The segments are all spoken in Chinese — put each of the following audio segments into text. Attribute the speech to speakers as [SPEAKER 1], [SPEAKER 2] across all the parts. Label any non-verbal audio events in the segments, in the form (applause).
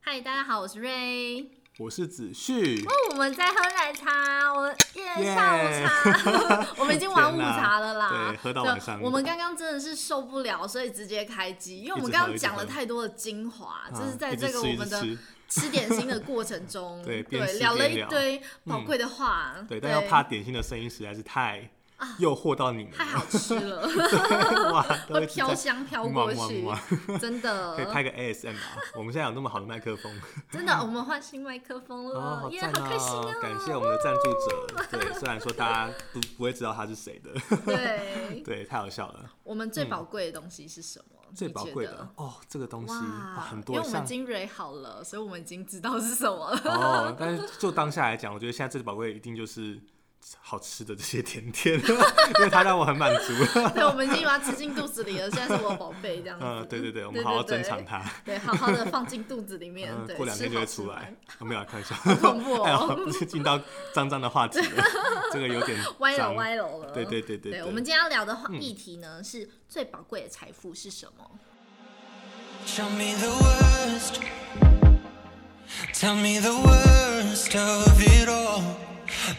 [SPEAKER 1] 嗨，大家好，我是瑞。
[SPEAKER 2] 我是子旭，
[SPEAKER 1] 哦，我们在喝奶茶，我们耶
[SPEAKER 2] Yeah
[SPEAKER 1] 下午
[SPEAKER 2] (laughs)
[SPEAKER 1] 茶，我们已经玩午茶了啦，
[SPEAKER 2] 天哪对喝到晚上
[SPEAKER 1] 对啊我们刚刚真的是受不了，所以直接开机，因为我们
[SPEAKER 2] 一直喝
[SPEAKER 1] 刚刚
[SPEAKER 2] 一直
[SPEAKER 1] 讲了
[SPEAKER 2] 喝
[SPEAKER 1] 太多的精华，就
[SPEAKER 2] 啊
[SPEAKER 1] 是在
[SPEAKER 2] 一直
[SPEAKER 1] 这个
[SPEAKER 2] 吃
[SPEAKER 1] 我
[SPEAKER 2] 一直
[SPEAKER 1] 们的
[SPEAKER 2] 吃 (laughs)
[SPEAKER 1] 吃点心的过程中，
[SPEAKER 2] 对边吃
[SPEAKER 1] 聊了
[SPEAKER 2] 边
[SPEAKER 1] 一
[SPEAKER 2] 聊嗯
[SPEAKER 1] 堆宝贵的话，
[SPEAKER 2] 对，但要怕点心的声音实在是太
[SPEAKER 1] 啊
[SPEAKER 2] 诱惑到你
[SPEAKER 1] (laughs)
[SPEAKER 2] 们
[SPEAKER 1] 太好吃了，
[SPEAKER 2] 了， (laughs) 哇，都
[SPEAKER 1] 会
[SPEAKER 2] 一直
[SPEAKER 1] 飘
[SPEAKER 2] 在
[SPEAKER 1] 香飘
[SPEAKER 2] 哇
[SPEAKER 1] 过
[SPEAKER 2] 哇
[SPEAKER 1] 去
[SPEAKER 2] 哇，
[SPEAKER 1] 真
[SPEAKER 2] 可
[SPEAKER 1] 的，
[SPEAKER 2] 以拍个 ASM 啊！我们现在有那么好的麦克风，
[SPEAKER 1] 真的，我们换新麦克风
[SPEAKER 2] (laughs) 哦，
[SPEAKER 1] 了
[SPEAKER 2] 好，
[SPEAKER 1] 耶，
[SPEAKER 2] 赞
[SPEAKER 1] 好开心
[SPEAKER 2] 啊！
[SPEAKER 1] 啊！
[SPEAKER 2] 感谢我们 (laughs) 的赞助者，对，虽然说大家不不会知道他是谁的， (laughs)
[SPEAKER 1] 对，
[SPEAKER 2] 对，太好笑了。
[SPEAKER 1] 我们最宝贵的东西是什么？
[SPEAKER 2] 嗯最
[SPEAKER 1] 你
[SPEAKER 2] 宝
[SPEAKER 1] 觉
[SPEAKER 2] 贵
[SPEAKER 1] 得
[SPEAKER 2] 的哦，这个东西、哦、
[SPEAKER 1] 哇，
[SPEAKER 2] 很
[SPEAKER 1] 因
[SPEAKER 2] 多
[SPEAKER 1] 为我们
[SPEAKER 2] 像
[SPEAKER 1] 已经蕊好了，所以我们已经知道是什么了。
[SPEAKER 2] (laughs) 哦，但是就当下来讲，我觉得现在最宝贵的一定就是好吃的这些甜 (laughs) 点，因为它让我很满足。 (laughs)
[SPEAKER 1] 对，我们已经把它吃进肚子里了，现在是我宝贝这样子。
[SPEAKER 2] 嗯，对对对，我们好好珍藏它。
[SPEAKER 1] 对，好好的放进肚子里面
[SPEAKER 2] 嗯，
[SPEAKER 1] 对，
[SPEAKER 2] 过两天
[SPEAKER 1] 吃
[SPEAKER 2] 就
[SPEAKER 1] 好
[SPEAKER 2] 会
[SPEAKER 1] 吃
[SPEAKER 2] 出来
[SPEAKER 1] 完。。
[SPEAKER 2] 我没有啊开
[SPEAKER 1] (laughs)
[SPEAKER 2] 玩笑，
[SPEAKER 1] 恐怖哦
[SPEAKER 2] (laughs) 哎呦不是进到脏脏的话题了，这个有点
[SPEAKER 1] 歪楼
[SPEAKER 2] 脏。
[SPEAKER 1] 歪楼了。
[SPEAKER 2] 对对对对嗯
[SPEAKER 1] 对
[SPEAKER 2] 对
[SPEAKER 1] 我们今天要聊的话议题呢，是最宝贵的财富是什么？
[SPEAKER 3] Show me the worst. Tell me the worst of it all.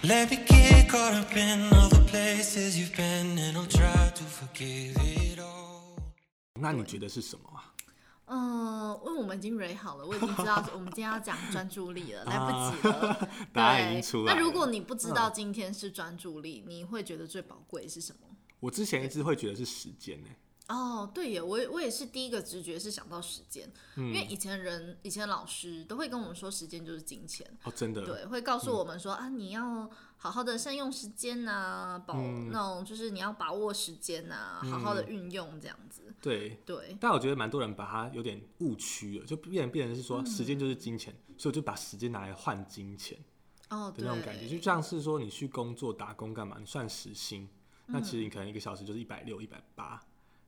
[SPEAKER 3] Let me get caught up in all the places you've been, and I'll try to forgive it all.
[SPEAKER 2] 那你觉得是什么啊？
[SPEAKER 1] 嗯，因为我们已经蕊好了，我已经知道我们今天要讲专注力
[SPEAKER 2] (laughs) 啊
[SPEAKER 1] 了，来不及了。
[SPEAKER 2] 答案已
[SPEAKER 1] 对
[SPEAKER 2] 经出，来
[SPEAKER 1] 那
[SPEAKER 2] 了
[SPEAKER 1] 如果你不知道今天是专注力，你会觉得最宝贵是什么？
[SPEAKER 2] 我之前一直会觉得是时间呢、
[SPEAKER 1] 哦，对耶，我也我也是第一个直觉是想到时间，因
[SPEAKER 2] 嗯
[SPEAKER 1] 为以前人以前老师都会跟我们说时间就是金钱，
[SPEAKER 2] 哦，真的，
[SPEAKER 1] 对，会告诉
[SPEAKER 2] 嗯
[SPEAKER 1] 我们说、啊你要好好的善用时间呐、保、
[SPEAKER 2] 嗯
[SPEAKER 1] 那种就是你要把握时间呐、好好的运用这样子，
[SPEAKER 2] 对
[SPEAKER 1] 对，
[SPEAKER 2] 但我觉得蛮多人把它有点误区了，就变变成是
[SPEAKER 1] 嗯
[SPEAKER 2] 说时间就是金钱，所以我就把时间拿来换金钱
[SPEAKER 1] 哦
[SPEAKER 2] 的
[SPEAKER 1] 对，
[SPEAKER 2] 那种感觉，就像是说你去工作打工干嘛，你算时薪，那其实你可能一个小时就是一百六、一百八，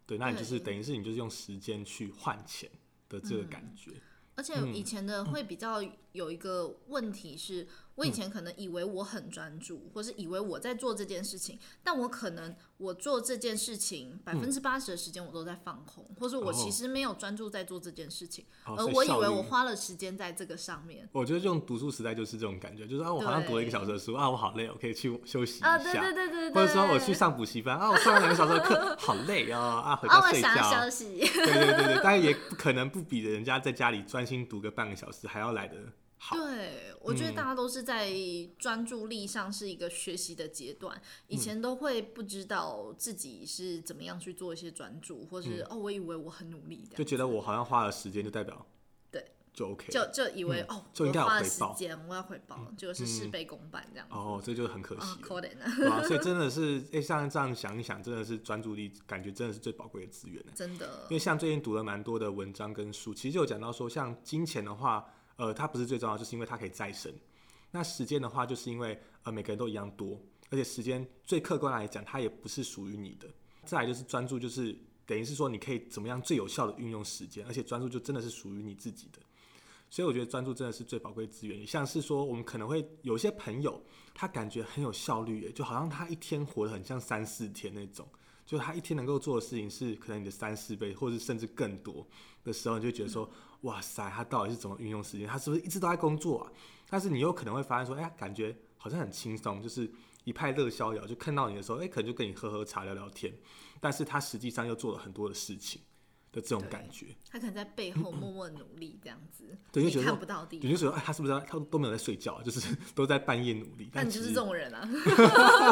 [SPEAKER 2] 对，那你就是
[SPEAKER 1] 对嗯
[SPEAKER 2] 等于是你就是用时间去换钱的这个感觉。
[SPEAKER 1] 而且
[SPEAKER 2] 嗯
[SPEAKER 1] 以前的会比较有一个问题是，我
[SPEAKER 2] 嗯
[SPEAKER 1] 以前可能以为我很专注，或是以为我在做这件事情，但我可能我做这件事情百分之八十的时间我都在放空，或是我
[SPEAKER 2] 嗯哦
[SPEAKER 1] 其实没有专注在做这件事情，
[SPEAKER 2] 哦
[SPEAKER 1] 而
[SPEAKER 2] 所以
[SPEAKER 1] 我以
[SPEAKER 2] 效
[SPEAKER 1] 为
[SPEAKER 2] 率
[SPEAKER 1] 我花了时间在这个上面。
[SPEAKER 2] 我觉得这种读书时代就是这种感觉，就是啊，我好像读了一个小时的书啊，我好累，我可以去休息一下，
[SPEAKER 1] 啊，对对对对对，
[SPEAKER 2] 或者说我去上补习班啊，我上了两个小时的课，好累哦，啊，回
[SPEAKER 1] 啊，
[SPEAKER 2] 家
[SPEAKER 1] 我
[SPEAKER 2] 睡觉。
[SPEAKER 1] 想要休息。
[SPEAKER 2] 对对对对，但也不可能不比人家在家里专心读个半个小时还要来的好。嗯
[SPEAKER 1] 对，我觉得大家都是在专注力上是一个学习的阶段，
[SPEAKER 2] 嗯
[SPEAKER 1] 以前都会不知道自己是怎么样去做一些专注，或是、哦，我以为我很努力这
[SPEAKER 2] 嗯就
[SPEAKER 1] 样，
[SPEAKER 2] 觉得我好像花了时间，就代表
[SPEAKER 1] 对，
[SPEAKER 2] 就 OK
[SPEAKER 1] 就就以为、哦，
[SPEAKER 2] 嗯就应该
[SPEAKER 1] 我
[SPEAKER 2] 有
[SPEAKER 1] 花了
[SPEAKER 2] 回
[SPEAKER 1] 时
[SPEAKER 2] 报嗯
[SPEAKER 1] 间，我要回报，结果是事倍功半这样子。
[SPEAKER 2] 哦，这就很可
[SPEAKER 1] 啊
[SPEAKER 2] 惜
[SPEAKER 1] 可
[SPEAKER 2] 了。
[SPEAKER 1] 怜啊，
[SPEAKER 2] 对啊，所以真的是，哎、像这样想一想，真的是专注力，感觉真的是最宝贵的资源呢。
[SPEAKER 1] 真的
[SPEAKER 2] 因为像最近读了蛮多的文章跟书，其实就有讲到说，像金钱的话，呃，它不是最重要，就是因为它可以再生。那时间的话，就是因为呃每个人都一样多，而且时间最客观来讲，它也不是属于你的。再来就是专注，就是等于是说你可以怎么样最有效的运用时间，而且专注就真的是属于你自己的。所以我觉得专注真的是最宝贵的资源，也像是说我们可能会有些朋友，他感觉很有效率耶，就好像他一天活得很像三四天那种，就他一天能够做的事情是可能你的三四倍，或者甚至更多的时候，你就觉得
[SPEAKER 1] 嗯
[SPEAKER 2] 说，哇塞，他到底是怎么运用时间？他是不是一直都在工作啊？但是你有可能会发现说，哎、呀，感觉好像很轻松，就是一派乐逍遥，就看到你的时候，哎、可能就跟你喝喝茶聊聊天，但是他实际上又做了很多的事情的这种感觉。
[SPEAKER 1] 他可能在背后默默努力这样子，
[SPEAKER 2] (laughs) 对，就
[SPEAKER 1] 你
[SPEAKER 2] 觉得
[SPEAKER 1] 看
[SPEAKER 2] 说
[SPEAKER 1] 不到的地
[SPEAKER 2] 你
[SPEAKER 1] 方，
[SPEAKER 2] 就觉得哎，他是不是在他都没有在睡觉啊，就是 (laughs) 都在半夜努力？
[SPEAKER 1] 但你
[SPEAKER 2] 其
[SPEAKER 1] 就是
[SPEAKER 2] 实
[SPEAKER 1] 这种
[SPEAKER 2] (laughs)
[SPEAKER 1] 人啊， (laughs)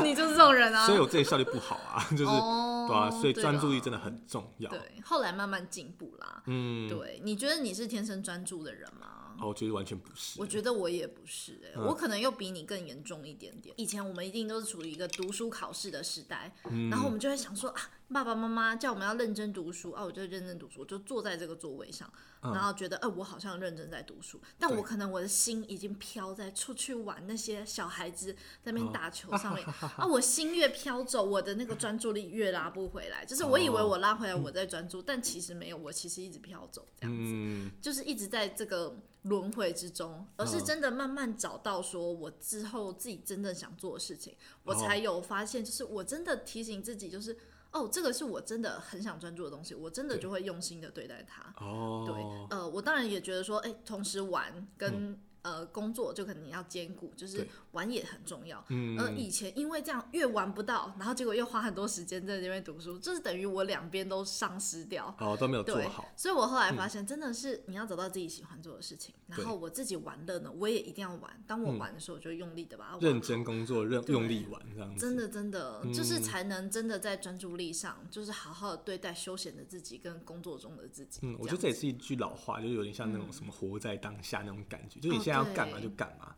[SPEAKER 1] 你就是这种人啊。
[SPEAKER 2] 所以我自己效率不好啊， (laughs) 就是、
[SPEAKER 1] 哦
[SPEAKER 2] 对啊，所以
[SPEAKER 1] 对
[SPEAKER 2] 专注力
[SPEAKER 1] 啦
[SPEAKER 2] 真的很重要。
[SPEAKER 1] 对，后来慢慢进步啦。嗯，对，你觉得你是天生专注的人吗？
[SPEAKER 2] 哦，我觉得完全不是。
[SPEAKER 1] 我觉得我也不是、欸，我可能又比你更严重一点点。以前我们一定都是处于一个读书考试的时代，然后我们就会想说啊，爸爸妈妈叫我们要认真读书啊，我就认真读书，我就坐在这个座位上，然后觉得，哎、我好像认真在读书，但我可能我的心已经飘在出去玩那些小孩子在那边打球上面、啊，我心越飘走，我的那个专注力越拉不回来。就是我以为我拉回来我在专注，但其实没有，我其实一直飘走这样子。
[SPEAKER 2] 嗯，
[SPEAKER 1] 就是一直在这个轮回之中，而是真的慢慢找到说我
[SPEAKER 2] 哦
[SPEAKER 1] 之后自己真正想做的事情，我才有发现，就是我真的提醒自己，就是哦，这个是我真的很想专注的东西，我真的
[SPEAKER 2] 对
[SPEAKER 1] 就会用心的对待它。对
[SPEAKER 2] 哦，，嗯
[SPEAKER 1] 呃，我当然也觉得说，哎、同时玩跟、呃工作就可能你要兼顾，就是
[SPEAKER 2] 对
[SPEAKER 1] 玩也很重要。
[SPEAKER 2] 嗯
[SPEAKER 1] 而以前因为这样越玩不到，然后结果又花很多时间在那边读书，这是等于我两边都丧失掉。
[SPEAKER 2] 哦都没有做
[SPEAKER 1] 对
[SPEAKER 2] 好，，嗯
[SPEAKER 1] 所以我后来发现，真的是你要找到自己喜欢做的事情，然
[SPEAKER 2] 对嗯
[SPEAKER 1] 后我自己玩乐呢，我也一定要玩。当我玩的时候，我就用力的把它玩
[SPEAKER 2] 认嗯
[SPEAKER 1] 好
[SPEAKER 2] 真工作，认用力玩这样子，
[SPEAKER 1] 真的真的，就是才能真的在专注力上，就是好好地对待休闲的自己跟工作中的自己。
[SPEAKER 2] 嗯，我觉得
[SPEAKER 1] 样嗯
[SPEAKER 2] 这也是一句老话，就有点像那种什么活在当下那种感觉，就是你
[SPEAKER 1] 哦
[SPEAKER 2] 现在要干嘛
[SPEAKER 1] 对
[SPEAKER 2] 就干嘛。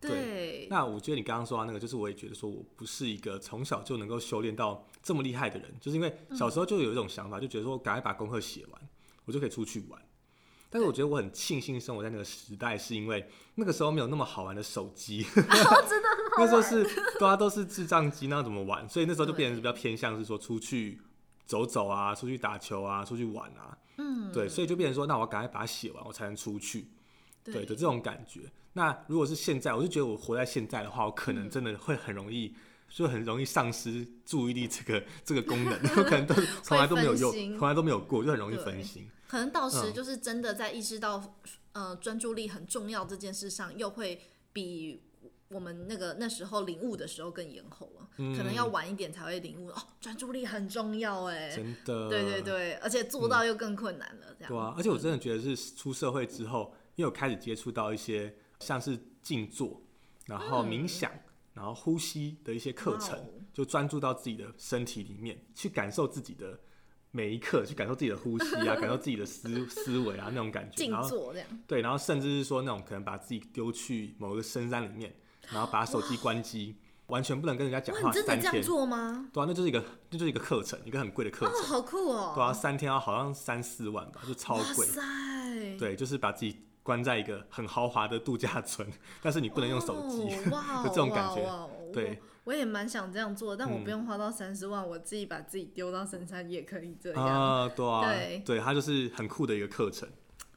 [SPEAKER 1] 对，
[SPEAKER 2] 那我觉得你刚刚说到那个，就是我也觉得说我不是一个从小就能够修炼到这么厉害的人，就是因为
[SPEAKER 1] 嗯
[SPEAKER 2] 小时候就有一种想法，就觉得说赶快把功课写完，我就可以出去玩。但是我觉得我很庆幸生活在那个时代，是因为那个时候没有那么好玩的手机， (laughs)
[SPEAKER 1] 哦真的很好
[SPEAKER 2] 那
[SPEAKER 1] 玩。
[SPEAKER 2] 时候是大家都是智障机，那怎么玩？所以那时候就
[SPEAKER 1] 对
[SPEAKER 2] 变成比较偏向是说出去走走啊，出去打球啊，出去玩啊。嗯，对，所以就变成说，那我要赶快把它写完，我才能出去。对的这种感觉。那如果是现在，我就觉得我活在现在的话，我可能
[SPEAKER 1] 嗯
[SPEAKER 2] 真的会很容易，就很容易丧失注意力这个这
[SPEAKER 1] (laughs)
[SPEAKER 2] 个功能，我可能都从来都没有
[SPEAKER 1] 会分
[SPEAKER 2] 用，
[SPEAKER 1] 心
[SPEAKER 2] 从来都没有过，就很容易
[SPEAKER 1] 对
[SPEAKER 2] 分心。
[SPEAKER 1] 可能到时
[SPEAKER 2] 嗯
[SPEAKER 1] 就是真的在意识到，呃，专注力很重要这件事上，又会比我们那个那时候领悟的时候更延后了。
[SPEAKER 2] 嗯
[SPEAKER 1] 可能要晚一点才会领悟哦，专注力很重要哎。
[SPEAKER 2] 真的，
[SPEAKER 1] 对对，对，而且做到又更困难了，这样。嗯
[SPEAKER 2] 嗯对啊！而且我真的觉得是出社会之后，因为我开始接触到一些像是静坐，然后冥想。然后呼吸的一些课
[SPEAKER 1] 嗯哇
[SPEAKER 2] 程
[SPEAKER 1] 哦，
[SPEAKER 2] 就专注到自己的身体里面，去感受自己的每一刻，去感受自己的呼吸啊，感受自己的思 (laughs) 思维啊那种感觉。
[SPEAKER 1] 静
[SPEAKER 2] 然后
[SPEAKER 1] 坐这样，
[SPEAKER 2] 对，然后甚至是说那种可能把自己丢去某个深山里面，然后把手机关机，完全不能跟人家讲
[SPEAKER 1] 哇，
[SPEAKER 2] 话
[SPEAKER 1] 你真的
[SPEAKER 2] 三
[SPEAKER 1] 这
[SPEAKER 2] 天。
[SPEAKER 1] 样做吗？
[SPEAKER 2] 对啊，那就是一个那就是一个课程，一个很贵的课
[SPEAKER 1] 哦，
[SPEAKER 2] 程。
[SPEAKER 1] 好酷
[SPEAKER 2] 对啊，
[SPEAKER 1] 哦！
[SPEAKER 2] 三天要好像三四万吧，就超
[SPEAKER 1] 哇
[SPEAKER 2] 贵。
[SPEAKER 1] 塞，
[SPEAKER 2] 对，就是把自己关在一个很豪华的度假村，但是你不能用手机，
[SPEAKER 1] 哦哇哦，
[SPEAKER 2] (laughs) 就这种感觉。
[SPEAKER 1] 哇哦我
[SPEAKER 2] 对，
[SPEAKER 1] 我也蛮想这样做，但我
[SPEAKER 2] 嗯
[SPEAKER 1] 不用花到三十万，我自己把自己丢到深山也可以这样。
[SPEAKER 2] 啊，对啊，
[SPEAKER 1] 哦对
[SPEAKER 2] 它就是很酷的一个课程，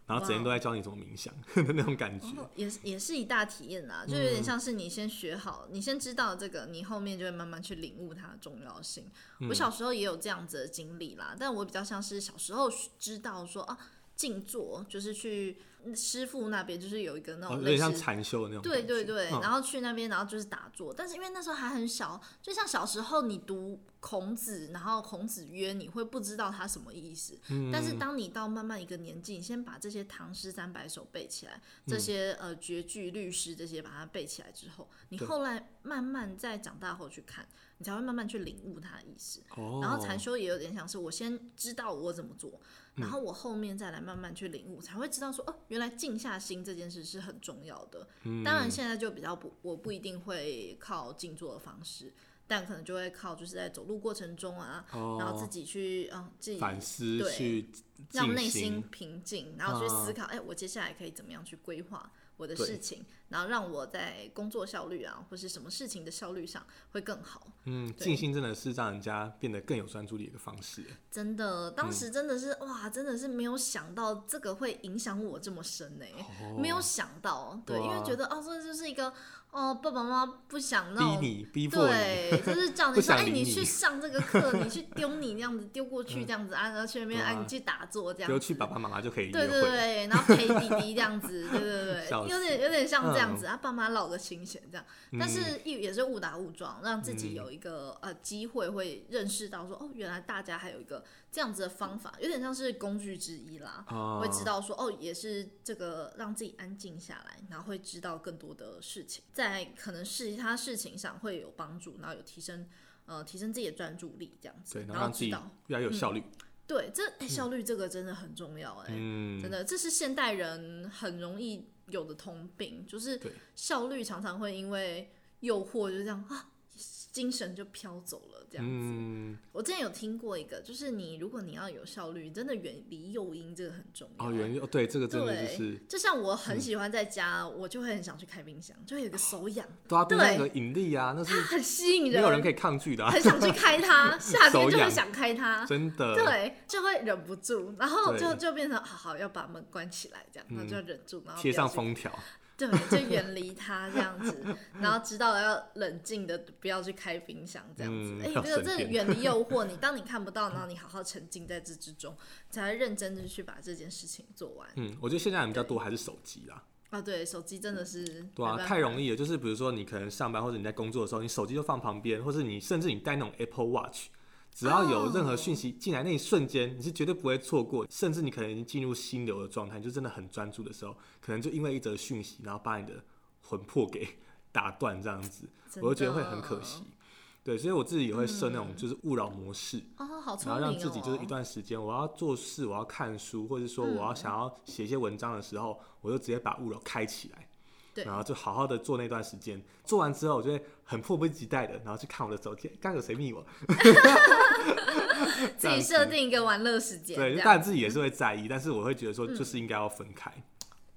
[SPEAKER 2] 然后整天都
[SPEAKER 1] 哇
[SPEAKER 2] 在教你怎么冥想 (laughs) 的那种感觉。
[SPEAKER 1] 哦也是也是一大体验啦，就有
[SPEAKER 2] 嗯
[SPEAKER 1] 点像是你先学好，你先知道这个，你后面就会慢慢去领悟它的重要性。
[SPEAKER 2] 嗯
[SPEAKER 1] 我小时候也有这样子的经历啦，但我比较像是小时候知道说啊，静坐就是去嗯师傅那边，就是有一个那
[SPEAKER 2] 哦，
[SPEAKER 1] 种
[SPEAKER 2] 有
[SPEAKER 1] 类
[SPEAKER 2] 点
[SPEAKER 1] 似
[SPEAKER 2] 像禅修的那种感
[SPEAKER 1] 对
[SPEAKER 2] 觉。
[SPEAKER 1] 对对，
[SPEAKER 2] 嗯
[SPEAKER 1] 然后去那边，然后就是打坐。但是因为那时候还很小，就像小时候你读孔子，然后孔子曰，你会不知道他什么意思。
[SPEAKER 2] 嗯
[SPEAKER 1] 但是当你到慢慢一个年纪，你先把这些唐诗三百首背起来，
[SPEAKER 2] 嗯
[SPEAKER 1] 这些、呃绝句、律诗这些把它背起来之后，你
[SPEAKER 2] 对
[SPEAKER 1] 后来慢慢在长大后去看，你才会慢慢去领悟它的意思。
[SPEAKER 2] 哦，
[SPEAKER 1] 然后禅修也有点像是我先知道我怎么做，然
[SPEAKER 2] 嗯
[SPEAKER 1] 后我后面再来慢慢去领悟，才会知道说哦，原来静下心这件事是很重要的。
[SPEAKER 2] 嗯
[SPEAKER 1] 当然现在就比较不，我不一定会靠静坐的方式，但可能就会靠就是在走路过程中啊，
[SPEAKER 2] 哦
[SPEAKER 1] 然后自己去嗯自己
[SPEAKER 2] 反思
[SPEAKER 1] 对
[SPEAKER 2] 去
[SPEAKER 1] 让
[SPEAKER 2] 静
[SPEAKER 1] 内心
[SPEAKER 2] 心。嗯
[SPEAKER 1] 平静，然后去思考，哎、我接下来可以怎么样去规划我的
[SPEAKER 2] 对
[SPEAKER 1] 事情，然后让我在工作效率啊，或是什么事情的效率上会更好。
[SPEAKER 2] 嗯，
[SPEAKER 1] 对
[SPEAKER 2] 静心真的是让人家变得更有专注力的一个方式。
[SPEAKER 1] 真的，当时
[SPEAKER 2] 嗯
[SPEAKER 1] 真的是、哇，真的是没有想到这个会影响我这么深呢、
[SPEAKER 2] 哦
[SPEAKER 1] 没有想到，对，
[SPEAKER 2] 哇
[SPEAKER 1] 因为觉得哦，这就是一个哦，爸爸妈妈不想那
[SPEAKER 2] 啊逼
[SPEAKER 1] 种
[SPEAKER 2] 你，逼迫你，
[SPEAKER 1] 对，就是
[SPEAKER 2] (laughs)
[SPEAKER 1] 叫
[SPEAKER 2] 不
[SPEAKER 1] 你说，
[SPEAKER 2] 想
[SPEAKER 1] 哎，
[SPEAKER 2] 理你嗯
[SPEAKER 1] 去上这个课，你去丢你那样子丢过去这样子啊，然后去那边
[SPEAKER 2] 对啊
[SPEAKER 1] 哎，你去打坐这样
[SPEAKER 2] 丢
[SPEAKER 1] 子，
[SPEAKER 2] 去爸爸妈妈就可以约
[SPEAKER 1] 对对
[SPEAKER 2] 会了。
[SPEAKER 1] 对，然后陪弟弟这样子，对对
[SPEAKER 2] 笑
[SPEAKER 1] 对，
[SPEAKER 2] 死嗯
[SPEAKER 1] 有点有点像这样子，啊，爸妈老的清闲这样，但是也也是误打误撞，让自
[SPEAKER 2] 嗯
[SPEAKER 1] 己有一个呃机会会认识到说，哦，原来大家还有一个这样子的方法，有点像是工具之一啦，
[SPEAKER 2] 哦
[SPEAKER 1] 会知道说，哦，也是这个让自己安静下来，然后会知道更多的事情，在可能是其他事情上会有帮助，然后有提升呃提升自己的专注力这样子
[SPEAKER 2] 对，，然
[SPEAKER 1] 然
[SPEAKER 2] 后
[SPEAKER 1] 后
[SPEAKER 2] 让自
[SPEAKER 1] 知
[SPEAKER 2] 己
[SPEAKER 1] 道。嗯
[SPEAKER 2] 越来越有效率。
[SPEAKER 1] 对，这、哎效率这个真的很重要哎、
[SPEAKER 2] 嗯，
[SPEAKER 1] 真的，这是现代人很容易有的通病，就是
[SPEAKER 2] 对
[SPEAKER 1] 效率常常会因为诱惑就这样啊，精神就飘走了这样。
[SPEAKER 2] 嗯，
[SPEAKER 1] 我之前有听过一个，就是你如果你要有效率，真的远离诱因这个很重要。
[SPEAKER 2] 哦，原因哦，对，这个真的就
[SPEAKER 1] 对，
[SPEAKER 2] 是，嗯
[SPEAKER 1] 就像我很喜欢在家，我就会很想去开冰箱，就会有一个手痒，
[SPEAKER 2] 对啊，对那
[SPEAKER 1] 对
[SPEAKER 2] 个引力啊，那是
[SPEAKER 1] 它 (laughs) 很吸引
[SPEAKER 2] 没
[SPEAKER 1] 人，
[SPEAKER 2] 有人可以抗拒的啊，
[SPEAKER 1] 很想去开
[SPEAKER 2] (laughs)
[SPEAKER 1] 它，夏天就
[SPEAKER 2] 手痒
[SPEAKER 1] 会想开它。
[SPEAKER 2] 真的。，
[SPEAKER 1] 对，就会忍不住，然后就
[SPEAKER 2] 对
[SPEAKER 1] 就变成好好要把门关起来，这样，然后就忍住，然后不
[SPEAKER 2] 贴
[SPEAKER 1] 要
[SPEAKER 2] 上
[SPEAKER 1] 去
[SPEAKER 2] 封条，
[SPEAKER 1] 对，就远离它这样子，然后知道要冷静的，不要去开冰箱这样子
[SPEAKER 2] 嗯。
[SPEAKER 1] 哎、
[SPEAKER 2] 要
[SPEAKER 1] 这个
[SPEAKER 2] 省
[SPEAKER 1] 这
[SPEAKER 2] 电
[SPEAKER 1] 远离
[SPEAKER 2] (laughs)
[SPEAKER 1] 诱惑，你当你看不到，然后你好好沉浸在这之中，才会认真的去把这件事情做完。
[SPEAKER 2] 嗯，我觉得现在人比较多还是手机啦，
[SPEAKER 1] 啊，对，手机真的是
[SPEAKER 2] 对啊
[SPEAKER 1] 没，办
[SPEAKER 2] 太
[SPEAKER 1] 法
[SPEAKER 2] 容易了。就是比如说你可能上班或者你在工作的时候，你手机就放旁边，或是你甚至你带那种 Apple Watch，只要有任何讯息进来那一瞬间，你是绝对不会错过。甚至你可能已经进入心流的状态，你就真的很专注的时候，可能就因为一则讯息，然后把你的魂魄给打断这样子，
[SPEAKER 1] 真
[SPEAKER 2] 我就觉得会
[SPEAKER 1] 的
[SPEAKER 2] 很可惜。对，所以我自己也会设那种就是勿扰模式。
[SPEAKER 1] 哦，好聪
[SPEAKER 2] 然后
[SPEAKER 1] 明哦，
[SPEAKER 2] 让自己就是一段时间，我要做事，我要看书，或者说我要想要写一些文章的时候，我就直接把物流开起来，
[SPEAKER 1] 对
[SPEAKER 2] 然后就好好的做那段时间。做完之后，我就会很迫不及待的，然后去看我的手机，刚有谁密我？
[SPEAKER 1] 自己设定一个玩乐时间，这
[SPEAKER 2] 对，就
[SPEAKER 1] 样嗯
[SPEAKER 2] 当然自己也是会在意，但是我会觉得说，就是应该要分开，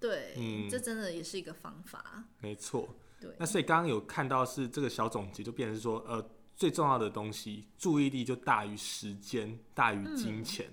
[SPEAKER 1] 对，
[SPEAKER 2] 嗯
[SPEAKER 1] 这真的也是一个方法。
[SPEAKER 2] 没错。
[SPEAKER 1] 对，
[SPEAKER 2] 那所以刚刚有看到是这个小总结，就变成是说，呃，最重要的东西，注意力就大于时间，大于
[SPEAKER 1] 嗯
[SPEAKER 2] 金钱。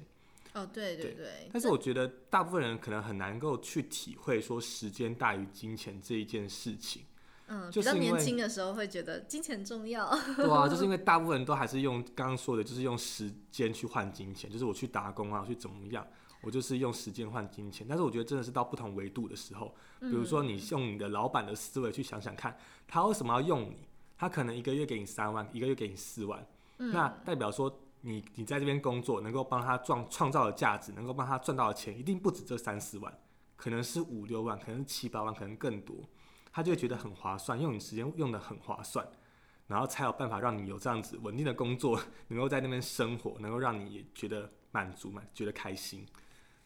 [SPEAKER 1] 哦，对对
[SPEAKER 2] 对
[SPEAKER 1] 对，
[SPEAKER 2] 但是我觉得大部分人可能很难够去体会说时间大于金钱这一件事情，
[SPEAKER 1] 嗯，
[SPEAKER 2] 就
[SPEAKER 1] 比
[SPEAKER 2] 是
[SPEAKER 1] 较
[SPEAKER 2] 因
[SPEAKER 1] 年
[SPEAKER 2] 为
[SPEAKER 1] 轻的时候会觉得金钱重要，
[SPEAKER 2] 对啊，就是因为大部分人都还是用刚刚说的，就是用时间去换金钱，就是我去打工啊，我去怎么样，我就是用时间换金钱。但是我觉得真的是到不同维度的时候，比如说你用你的老板的思维去想想看，他为什么要用你？他可能一个月给你三万，一个月给你四万，那代表说你你在这边工作能够帮他创创造的价值，能够帮他赚到的钱，一定不止这三四万，可能是五六万，可能是七八万，可能更多，他就会觉得很划算，用你时间用的很划算，然后才有办法让你有这样子稳定的工作，能够在那边生活，能够让你也觉得满足嘛，觉得开心。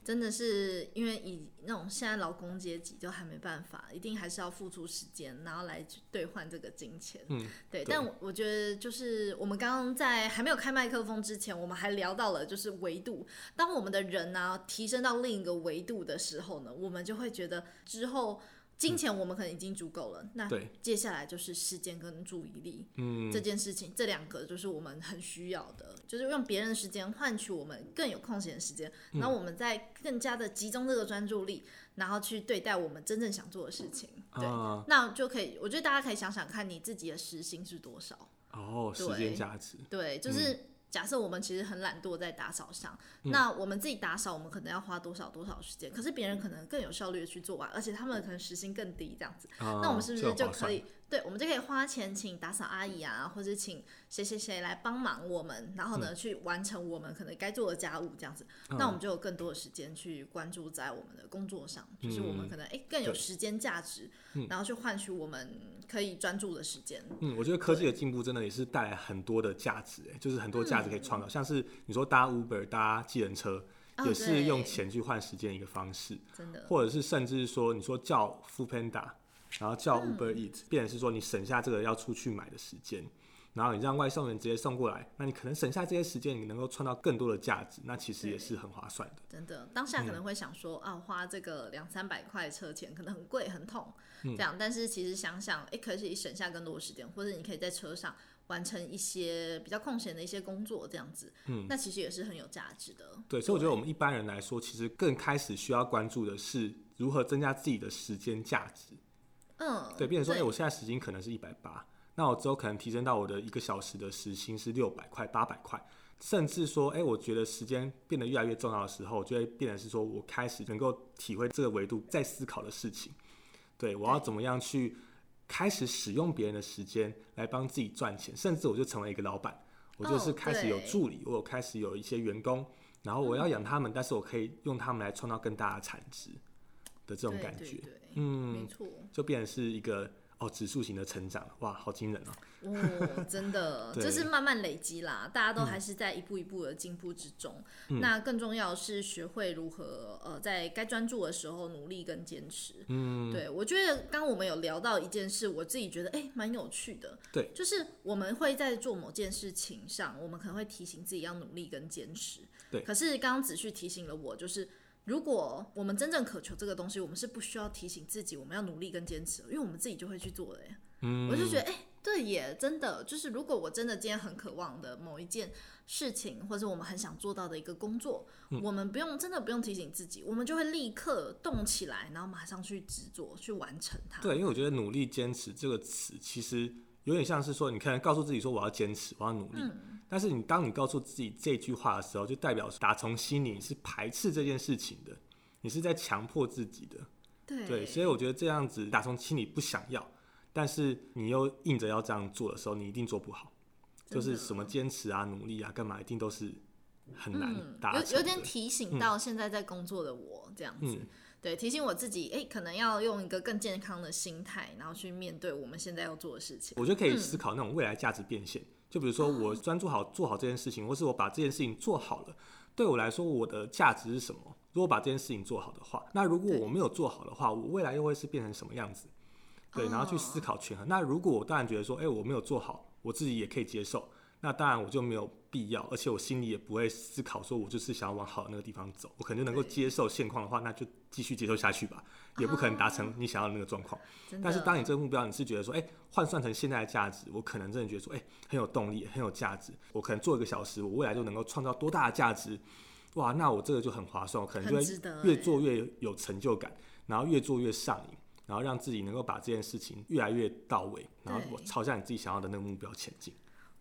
[SPEAKER 1] 真的是因为以那种现在劳工阶级都还没办法，一定还是要付出时间，然后来去兑换这个金钱。
[SPEAKER 2] 嗯，
[SPEAKER 1] 对，
[SPEAKER 2] 对
[SPEAKER 1] 但我我觉得就是我们刚刚在还没有开麦克风之前，我们还聊到了就是维度。当我们的人呢、提升到另一个维度的时候呢，我们就会觉得之后金钱我们可能已经足够了，那
[SPEAKER 2] 对
[SPEAKER 1] 接下来就是时间跟注意力。
[SPEAKER 2] 嗯
[SPEAKER 1] 这，件事情，这两个就是我们很需要的，就是用别人的时间换取我们更有空闲的时间，然后我们再更加的集中这个专注力，然后去对待我们真正想做的事情。对，
[SPEAKER 2] 啊
[SPEAKER 1] 那就可以，我觉得大家可以想想看你自己的时薪是多少。
[SPEAKER 2] 哦，时
[SPEAKER 1] 对
[SPEAKER 2] 间价值，
[SPEAKER 1] 对，就是假设我们其实很懒惰在打扫上，那我们自己打扫，我们可能要花多少多少时间，可是别人可能更有效率的去做完，而且他们可能时薪更低这样子。
[SPEAKER 2] 啊
[SPEAKER 1] 那我们是不
[SPEAKER 2] 这
[SPEAKER 1] 是
[SPEAKER 2] 很
[SPEAKER 1] 就
[SPEAKER 2] 划
[SPEAKER 1] 可
[SPEAKER 2] 算
[SPEAKER 1] 以？对，我们就可以花钱请打扫阿姨啊，或者请谁谁谁来帮忙我们，然
[SPEAKER 2] 嗯
[SPEAKER 1] 后呢、去完成我们可能该做的家务这样子。那我们就有更多的时间去关注在我们的工作上，就是我们
[SPEAKER 2] 嗯
[SPEAKER 1] 可能诶更有
[SPEAKER 2] 对
[SPEAKER 1] 时间价值，然后去换取我们可以专注的时间。
[SPEAKER 2] 嗯，我觉得科技的进步真的也是带来很多的价值，哎，就是很多价值可以创造，像是你说搭 Uber、搭计程车，
[SPEAKER 1] 嗯哦
[SPEAKER 2] 也是用
[SPEAKER 1] 对
[SPEAKER 2] 钱去换时间的一个方式，
[SPEAKER 1] 真的，
[SPEAKER 2] 或者是甚至说你说叫 Food Panda，然后叫 Uber Eat，、变成是说你省下这个要出去买的时间，然后你让外送员直接送过来，那你可能省下这些时间，你能够创造更多的价值，那其实也是很划算的。
[SPEAKER 1] 真的，当
[SPEAKER 2] 嗯
[SPEAKER 1] 下可能会想说、啊，花这个两三百块车钱可能很贵很痛，
[SPEAKER 2] 嗯
[SPEAKER 1] 这样。但是其实想想，哎、可以省下更多的时间，或者你可以在车上完成一些比较空闲的一些工作，这样子，嗯，那其实也是很有价值的。
[SPEAKER 2] 对，所以我觉得我们一般人来说，其实更开始需要关注的是如何增加自己的时间价值。
[SPEAKER 1] 嗯，
[SPEAKER 2] 对，变成说，哎、我现在时薪可能是一百八，那我之后可能提升到我的一个小时的时薪是六百块、八百块，甚至说，哎、我觉得时间变得越来越重要的时候，就会变成是说我开始能够体会这个维度在思考的事情。对，我要
[SPEAKER 1] 对
[SPEAKER 2] 怎么样去开始使用别人的时间来帮自己赚钱，甚至我就成为一个老板，我就
[SPEAKER 1] 哦
[SPEAKER 2] 是开始有
[SPEAKER 1] 对
[SPEAKER 2] 助理，我有开始有一些员工，然后我
[SPEAKER 1] 嗯
[SPEAKER 2] 要养他们，但是我可以用他们来创造更大的产值的这种
[SPEAKER 1] 对
[SPEAKER 2] 感
[SPEAKER 1] 对
[SPEAKER 2] 觉。
[SPEAKER 1] 对
[SPEAKER 2] 嗯，
[SPEAKER 1] 没错，
[SPEAKER 2] 就变成是一个哦指数型的成长，哇，好惊人哦！
[SPEAKER 1] 哦，真
[SPEAKER 2] (laughs)
[SPEAKER 1] 的，
[SPEAKER 2] 对
[SPEAKER 1] 就是慢慢累积啦，大家都还是在一步一步的进步之中。
[SPEAKER 2] 嗯
[SPEAKER 1] 那更重要的是学会如何呃，在该专注的时候努力跟坚持。嗯，对，我觉得刚刚我们有聊到一件事，我自己觉得哎蛮、有趣的。
[SPEAKER 2] 对
[SPEAKER 1] 就是我们会在做某件事情上，我们可能会提醒自己要努力跟坚持。
[SPEAKER 2] 对
[SPEAKER 1] 可是刚刚子旭提醒了我，就是。如果我们真正渴求这个东西，我们是不需要提醒自己我们要努力跟坚持的，因为我们自己就会去做的耶。我就觉得，哎、对耶，真的就是，如果我真的今天很渴望的某一件事情，或者我们很想做到的一个工作，我们不用真的不用提醒自己，我们就会立刻动起来，然后马上去执着去完成它。
[SPEAKER 2] 对，因为我觉得“努力坚持”这个词，其实有点像是说，你可能告诉自己说我要坚持，我要努力。
[SPEAKER 1] 嗯
[SPEAKER 2] 但是你当你告诉自己这句话的时候，就代表打从心里你是排斥这件事情的，你是在强迫自己的。
[SPEAKER 1] 对
[SPEAKER 2] 对，所以我觉得这样子打从心里不想要，但是你又硬着要这样做的时候，你一定做不好。就
[SPEAKER 1] 真
[SPEAKER 2] 是
[SPEAKER 1] 的
[SPEAKER 2] 什么坚持啊、努力啊、干嘛，一定都是很难
[SPEAKER 1] 嗯，
[SPEAKER 2] 达成的、
[SPEAKER 1] 有有点提醒到现在在工作的我这样子，
[SPEAKER 2] 嗯
[SPEAKER 1] 对，提醒我自己，哎、可能要用一个更健康的心态，然后去面对我们现在要做的事情。嗯
[SPEAKER 2] 我觉得可以思考那种未来价值变现。就比如说，我专注好做好这件事情，或是我把这件事情做好了，对我来说，我的价值是什么？如果把这件事情做好的话，那如果
[SPEAKER 1] 对
[SPEAKER 2] 我没有做好的话，我未来又会是变成什么样子？对，然后
[SPEAKER 1] 哦
[SPEAKER 2] 去思考权衡。那如果我当然觉得说，哎、我没有做好，我自己也可以接受，那当然我就没有必要，而且我心里也不会思考说，我就是想要往好的那个地方走，我可能就能够
[SPEAKER 1] 对
[SPEAKER 2] 接受现况的话，那就继续接受下去吧，也不可能达
[SPEAKER 1] 哦
[SPEAKER 2] 成你想要的那个状况。
[SPEAKER 1] 真的
[SPEAKER 2] 但是当你这个目标，你是觉得说，哎、换算成现在的价值，我可能真的觉得说，哎、很有动力，很有价值。我可能做一个小时，我未来就能够创造多大的价值，哇，那我这个就很划算，我可能就
[SPEAKER 1] 很值得
[SPEAKER 2] 会越
[SPEAKER 1] 欸
[SPEAKER 2] 做越有成就感，然后越做越上瘾，然后让自己能够把这件事情越来越到位，然后我
[SPEAKER 1] 对
[SPEAKER 2] 朝向你自己想要的那个目标前进。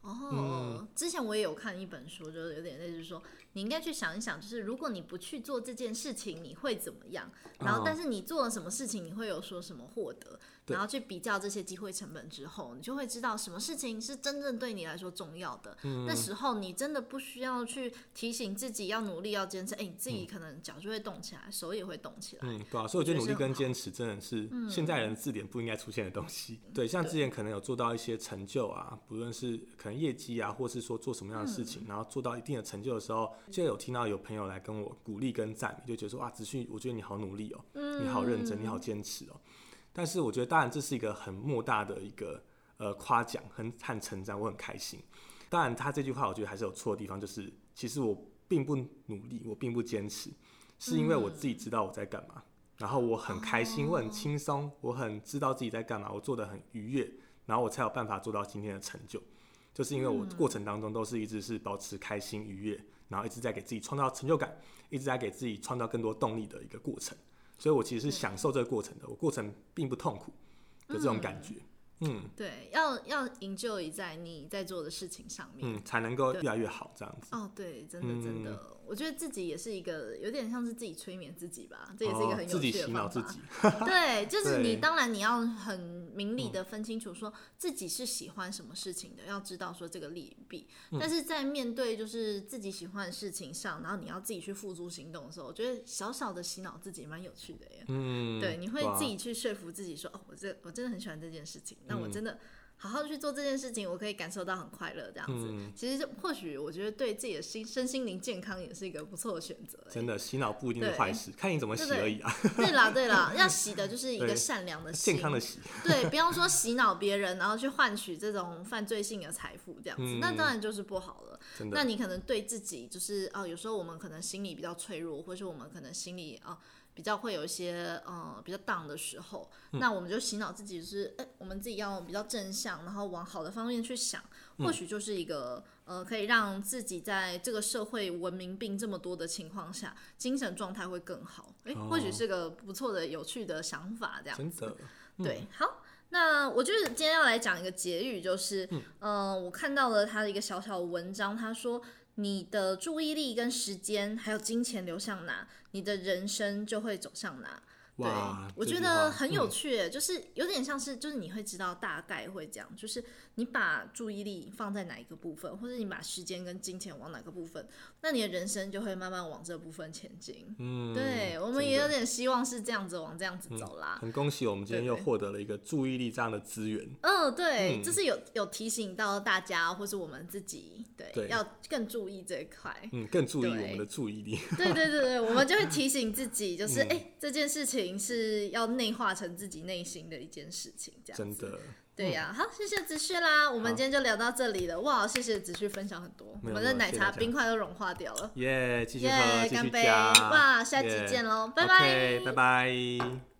[SPEAKER 1] 哦，
[SPEAKER 2] 嗯
[SPEAKER 1] 之前我也有看一本书，就是有点类似说，你应该去想一想，就是如果你不去做这件事情，你会怎么样？然后，但是你做了什么事情，你会有说什么获得？
[SPEAKER 2] 啊对
[SPEAKER 1] 然后去比较这些机会成本之后，你就会知道什么事情是真正对你来说重要的。
[SPEAKER 2] 嗯
[SPEAKER 1] 那时候你真的不需要去提醒自己要努力要坚持，哎、你自己可能脚就会动起来，手也会动起来。
[SPEAKER 2] 嗯，对啊，所以我觉
[SPEAKER 1] 我觉得
[SPEAKER 2] 得努力
[SPEAKER 1] 是很
[SPEAKER 2] 跟坚持真的是现在人字典不应该出现的东西。对，像之前可能有做到一些成就啊，不论是可能业绩啊，或是说做什么样的事情，然后做到一定的成就的时候，就有听到有朋友来跟我鼓励跟赞美，就觉得说哇，子旭，我觉得你好努力哦，你好认真，你好坚持哦。但是我觉得，当然这是一个很莫大的一个呃夸奖很和称赞，我很开心。当然，他这句话我觉得还是有错的地方，就是其实我并不努力，我并不坚持，是因为我自己知道我在干嘛，然后我很开心，
[SPEAKER 1] 哦
[SPEAKER 2] 我很轻松，我很知道自己在干嘛，我做的很愉悦，然后我才有办法做到今天的成就。就是因为我
[SPEAKER 1] 嗯
[SPEAKER 2] 过程当中都是一直是保持开心愉悦，然后一直在给自己创造成就感，一直在给自己创造更多动力的一个过程。所以我其实是享受这个过程的，我过程并不痛苦的这种感觉，嗯
[SPEAKER 1] 对，要要 enjoy 在你在做的事情上面。
[SPEAKER 2] 嗯，才能够越来越好这样子。
[SPEAKER 1] 哦，对，真的真的，
[SPEAKER 2] 嗯
[SPEAKER 1] 我觉得自己也是一个有点像是自己催眠自己吧，这也是一个
[SPEAKER 2] 哦
[SPEAKER 1] 很有
[SPEAKER 2] 自己
[SPEAKER 1] 趣的
[SPEAKER 2] 洗脑
[SPEAKER 1] 方法。
[SPEAKER 2] 自己，
[SPEAKER 1] 对，就是你
[SPEAKER 2] 对嗯
[SPEAKER 1] 当然你要很明理的分清楚，说自己是喜欢什么事情的，要知道说这个利与弊。
[SPEAKER 2] 嗯
[SPEAKER 1] 但是在面对就是自己喜欢的事情上，然后你要自己去付诸行动的时候，我觉得小小的洗脑自己蛮有趣的耶。
[SPEAKER 2] 嗯，
[SPEAKER 1] 对，你会
[SPEAKER 2] 哇
[SPEAKER 1] 自己去说服自己说，哦，我这我真的很喜欢这件事情，那
[SPEAKER 2] 嗯
[SPEAKER 1] 我真的好好去做这件事情，我可以感受到很快乐这样子。
[SPEAKER 2] 嗯
[SPEAKER 1] 其实就或许我觉得对自己的心身心灵健康也是一个不错的选择欸。
[SPEAKER 2] 真的洗脑不一定是
[SPEAKER 1] 对
[SPEAKER 2] 坏事，看你怎么洗
[SPEAKER 1] 对对
[SPEAKER 2] 而已啊，
[SPEAKER 1] 对啦对
[SPEAKER 2] (laughs)
[SPEAKER 1] 啦，要洗的就是一个
[SPEAKER 2] 对
[SPEAKER 1] 善良的心，
[SPEAKER 2] 健康的洗，
[SPEAKER 1] 对，不要说洗脑别人，然后去换取这种犯罪性的财富这样子，那
[SPEAKER 2] 嗯
[SPEAKER 1] 当然就是不好了。
[SPEAKER 2] 真
[SPEAKER 1] 那
[SPEAKER 2] 的，
[SPEAKER 1] 你可能对自己就是哦，有时候我们可能心里比较脆弱，或是我们可能心里啊、哦比较会有一些呃比较 down 的时候，
[SPEAKER 2] 嗯
[SPEAKER 1] 那我们就洗脑自己、就是，哎、我们自己要比较正向，然后往好的方面去想，
[SPEAKER 2] 嗯
[SPEAKER 1] 或许就是一个、呃可以让自己在这个社会文明病这么多的情况下，精神状态会更好。哎、或许
[SPEAKER 2] 哦
[SPEAKER 1] 是个不错的、有趣的想法，这样
[SPEAKER 2] 真
[SPEAKER 1] 子
[SPEAKER 2] 的，
[SPEAKER 1] 对，好，那我就是今天要来讲一个结语，就是，嗯、我看到了他的一个小小的文章，他说你的注意力跟时间还有金钱流向哪，你的人生就会走向哪。对
[SPEAKER 2] 哇，，
[SPEAKER 1] 我
[SPEAKER 2] 这
[SPEAKER 1] 觉
[SPEAKER 2] 句
[SPEAKER 1] 得
[SPEAKER 2] 话
[SPEAKER 1] 很有
[SPEAKER 2] 嗯
[SPEAKER 1] 趣耶，就是有点像是，就是你会知道大概会这样，就是你把注意力放在哪一个部分，或者你把时间跟金钱往哪个部分，那你的人生就会慢慢往这部分前进。
[SPEAKER 2] 嗯，
[SPEAKER 1] 对，我
[SPEAKER 2] 真
[SPEAKER 1] 们也有
[SPEAKER 2] 的嗯
[SPEAKER 1] 点希望是这样子往这样子走啦。
[SPEAKER 2] 很恭喜我们今天
[SPEAKER 1] 对
[SPEAKER 2] 又
[SPEAKER 1] 对
[SPEAKER 2] 获得了一个注意力这样的资源，
[SPEAKER 1] 嗯，对，
[SPEAKER 2] 嗯
[SPEAKER 1] 就是有有提醒到大家，或是我们自己，对，
[SPEAKER 2] 对
[SPEAKER 1] 要更注意这一块。 (laughs)
[SPEAKER 2] 嗯，更注意我
[SPEAKER 1] 对
[SPEAKER 2] 们的注意力， (laughs)
[SPEAKER 1] 对对对对，我们就会提醒自己，就是哎、
[SPEAKER 2] 嗯
[SPEAKER 1] 诶这件事情是要内化成自己内心的一件事情，这样
[SPEAKER 2] 真
[SPEAKER 1] 子。
[SPEAKER 2] 的，嗯
[SPEAKER 1] 对呀、好，谢谢子旭啦，我们今
[SPEAKER 2] 好
[SPEAKER 1] 天就聊到这里了。哇，谢谢子旭分享很多，我
[SPEAKER 2] 没有
[SPEAKER 1] 们
[SPEAKER 2] 没
[SPEAKER 1] 的
[SPEAKER 2] 有
[SPEAKER 1] 奶
[SPEAKER 2] 谢谢
[SPEAKER 1] 茶
[SPEAKER 2] 大家
[SPEAKER 1] 冰块都融化掉了。
[SPEAKER 2] 耶，继续
[SPEAKER 1] 耶
[SPEAKER 2] 喝，继续
[SPEAKER 1] 干杯
[SPEAKER 2] 加，
[SPEAKER 1] 哇下集
[SPEAKER 2] 耶
[SPEAKER 1] 见咯拜拜
[SPEAKER 2] OK，拜拜。